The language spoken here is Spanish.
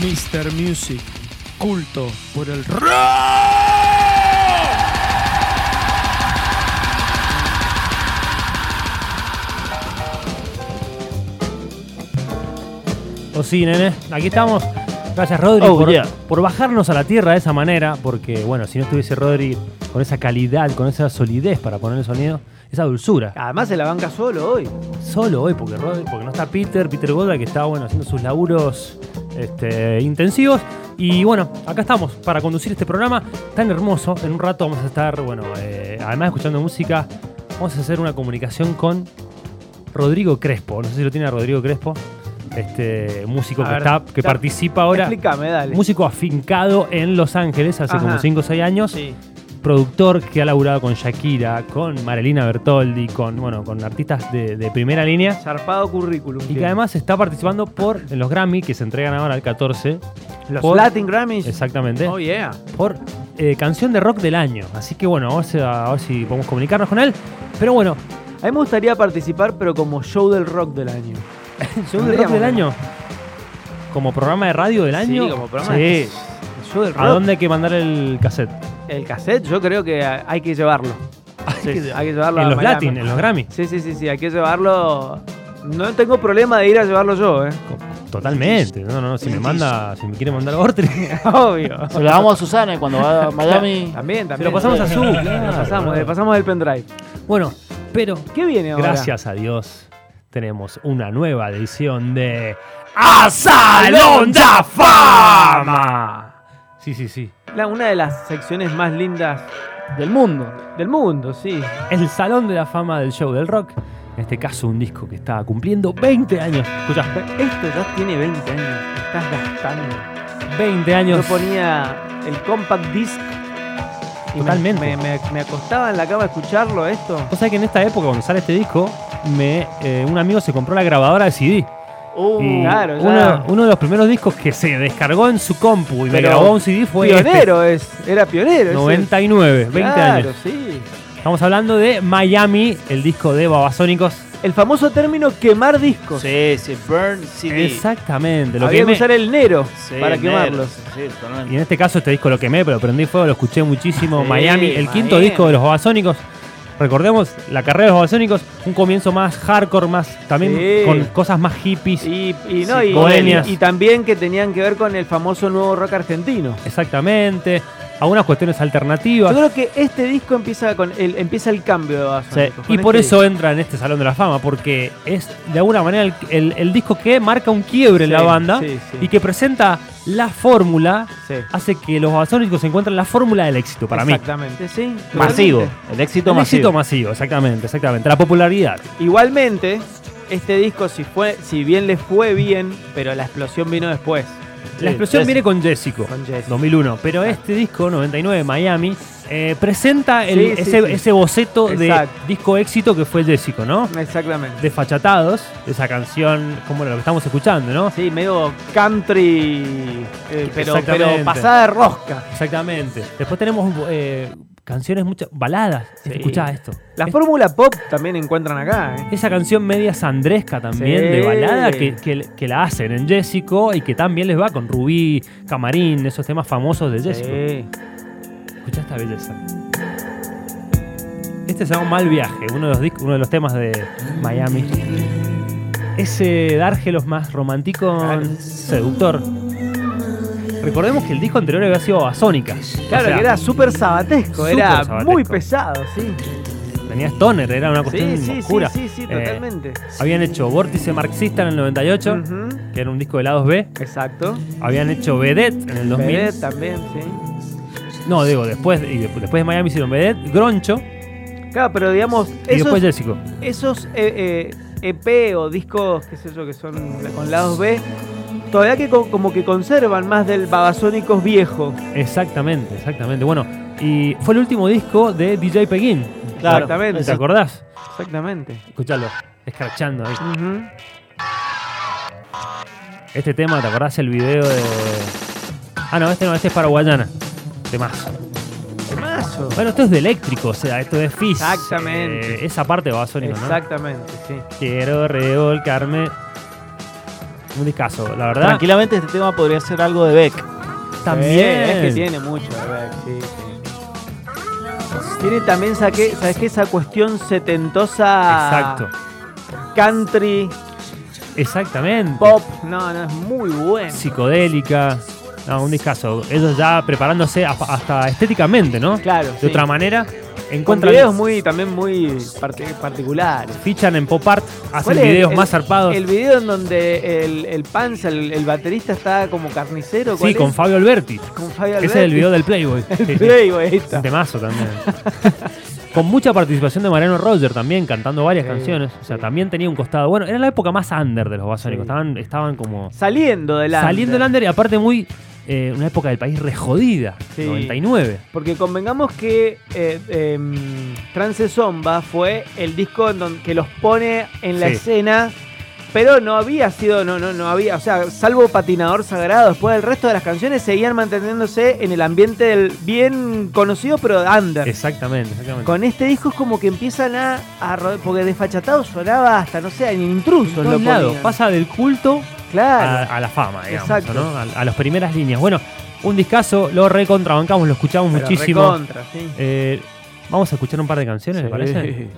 Mr. Music, culto por el rock. O sí, nene. Aquí estamos. Gracias, Rodri, Oh, por, yeah. por bajarnos a la tierra de esa manera. Porque, bueno, si no estuviese Rodri con esa calidad, con esa solidez para poner el sonido, esa dulzura. Además se la banca solo hoy. Solo hoy, porque, Rodri- porque no está Peter, Peter Goda, que está, bueno, haciendo sus laburos este, intensivos. Y bueno, acá estamos para conducir este programa tan hermoso. En un rato vamos a estar, bueno, eh, además escuchando música, vamos a hacer una comunicación con Rodrigo Crespo. No sé si lo tiene a Rodrigo Crespo, este músico A que, ver, está- que ya- participa ahora. Explícame, dale. Músico afincado en Los Ángeles hace Ajá. como 5 o 6 años. Sí. Productor que ha laburado con Shakira, con Marilina Bertoldi, con, bueno, con artistas de, de primera línea. Zarpado currículum. Y que tiene. además está participando por en los Grammy que se entregan ahora al 14. Los por- Latin Grammys. Exactamente. Oh, yeah. Por eh, canción de rock del año. Así que bueno, vamos a, a ver si podemos comunicarnos con él. Pero bueno, A mí me gustaría participar, pero como show del rock del año. show del rock Podríamos. del año. Como programa de radio del año. Sí, como programa. Sí. El show del rock. ¿A dónde hay que mandar el cassette? El cassette, yo creo que ah, hay que llevarlo. Sí, que- hay que llevarlo a en los Miami. Latin, en los Grammy. Sí, sí, sí, sí, hay que llevarlo. No tengo problema de ir a llevarlo yo, ¿eh? Totalmente. No, no, no. Si me manda, si me quiere mandar Ortri. se Obvio. Se la damos a Susana cuando va a Miami. También, también. lo pasamos a su. Le claro. pasamos, le pasamos el pendrive. Bueno, pero ¿Qué viene ahora? gracias a Dios tenemos una nueva edición de A Salón da Fama. Sí, sí, sí. La- una de las secciones más lindas Del mundo. del mundo, sí. El Salón de la Fama del show del rock. En este caso, un disco que está cumpliendo 20 años. Escucha, Esto ya tiene 20 años. Estás gastando. 20 Yo años. ponía el compact disc. y me- Totalmente. Me, me- me acostaba en la cama a escucharlo esto. Vos sabés que en esta época, cuando sale este disco, me, eh, un amigo se compró la grabadora de CD. Uh, Y claro, ya. uno, uno de los primeros discos que se descargó en su compu y me Pero grabó un CD fue este, pionero es. Era pionero. ese. 99, 20 Claro, años. sí. Estamos hablando de Miami, el disco de Babasónicos. El famoso término quemar discos. Sí, sí, Burn CD. Exactamente, lo Había que quemé. usar el Nero Sí, para negro. quemarlos. Sí, totalmente. Y en este caso este disco lo quemé, pero prendí fuego, lo escuché muchísimo. Sí, Miami, el quinto Miami. disco de los Babasónicos. Recordemos la carrera de los Babasónicos, un comienzo más hardcore, más también Sí. con cosas más hippies. Y, y no, Sí, y- bohemias. y, y también que tenían que ver con el famoso nuevo rock argentino. Exactamente. Algunas cuestiones Yo alternativas. creo que este disco empieza con el, empieza el cambio de Sí, Babasónicos, con Y por este eso entra en este Salón de la Fama, porque es de alguna manera el, el- el disco que marca un quiebre en Sí, la banda sí, sí. y que presenta la fórmula, disco. Sí. hace que los basónicos encuentren la fórmula del éxito para mí. Exactamente, sí. totalmente. Masivo. El éxito El éxito masivo. masivo, exactamente, exactamente. La popularidad. Igualmente, este disco, si, fue, si bien le fue bien, pero la explosión vino después. La explosión Jessica. viene con Jessico, Con Jessica. 2001, pero este disco, 99 Miami, eh, presenta el- Sí, sí, ese, sí. ese boceto Exacto. de disco éxito que fue Jessico, ¿no? Exactamente. Desfachatados, esa canción, como lo que estamos escuchando, ¿no? Sí, medio country, eh, pero, Exactamente. pero pasada de rosca. Exactamente. Después tenemos eh, canciones, muchas baladas. Sí. Escuchá esto. La Es- fórmula pop también encuentran acá, ¿eh? esa canción media sandresca también, Sí. de balada, que, que- que la hacen en Jessico y que también les va con Rubí, Camarín, esos temas famosos de Jessico. Sí. Escuchá esta belleza. Este se llama Mal Viaje, uno de los, discos- uno de los temas de Miami. Ese Dargelos más romántico, seductor. Recordemos que el disco anterior había sido Basónica. Claro, que era súper sabatesco, súper era sabatesco. muy pesado, sí. Tenía Stoner, era una Sí, cuestión sí, sí, oscura. sí, sí, Eh, totalmente. Mm. Habían hecho Vórtice Marxista en el 98, Ujú, que era un disco de lados B. Exacto. Habían hecho Vedette en el 2000. Vedette también, sí. No, digo, después, y después, después de Miami hicieron Vedette, Groncho Claro, pero digamos, y esos, después Jessico. esos eh, eh, EP o discos, qué sé yo, que son con lados B, todavía que co- como que conservan más del Babasónicos viejo. Exactamente, exactamente. Bueno, y fue el último disco de DJ Peguín. Claro. Exactamente. ¿Te acordás? Exactamente. Escuchalo, escarchando ahí. Ujú. Este tema, ¿te acordás el video de. Ah, no, este no, este es para Guayana. Temazo. Temazo. Bueno, esto es de eléctrico, o sea, esto es Fizz. Exactamente. Eh, esa parte va a ¿no? Exactamente, sí. Quiero revolcarme. Un discazo, la verdad. Tranquilamente este tema podría ser algo de Beck. También. Sí, es que tiene mucho, a ver, sí, sí. Tiene también, saque, ¿sabes qué? Esa cuestión setentosa. Exacto. Country, Exactamente. pop. No, no, es muy bueno. Psicodélica. No, un discazo. Ellos ya preparándose a- hasta estéticamente, ¿no? Claro. De sí. otra manera, Con encuentran. videos muy, también muy parti- particulares. Fichan en pop art, hacen ¿Cuál es videos el- más zarpados. El video en donde el, el Panza, el, el baterista, está como carnicero. ¿cuál sí, con es? Fabio Alberti. Con Fabio Ese es el Alberti. video del Playboy. Sí, sí. Playboy, ahí está. Un Temazo también. Con mucha participación de Mariano Roger también, cantando varias Sí, canciones. O sea, sí. también tenía un costado. Bueno, era la época más under de los Basónicos. Sí. Estaban, estaban como Saliendo del under. saliendo del under y aparte muy. eh, una época del país re jodida. Sí. 99. Porque convengamos que eh, em, Trance Zomba fue el disco en don- que los pone en la Sí. escena, pero no había sido, no, no, no había, o sea, salvo Patinador Sagrado, después el resto de las canciones seguían manteniéndose en el ambiente del bien conocido, pero under. Exactamente, exactamente. Con este disco es como que empiezan a, a ro- porque desfachatado sonaba hasta, no sé, en intruso. todos lo lados. ponían. Pasa Ah, del culto a, Claro. a la fama, digamos. Exacto. ¿no? A, a las primeras líneas. Bueno, un discazo, lo recontrabancamos, lo escuchamos pero muchísimo. recontra, sí. Eh, vamos a escuchar un par de canciones, ¿le Sí. parece?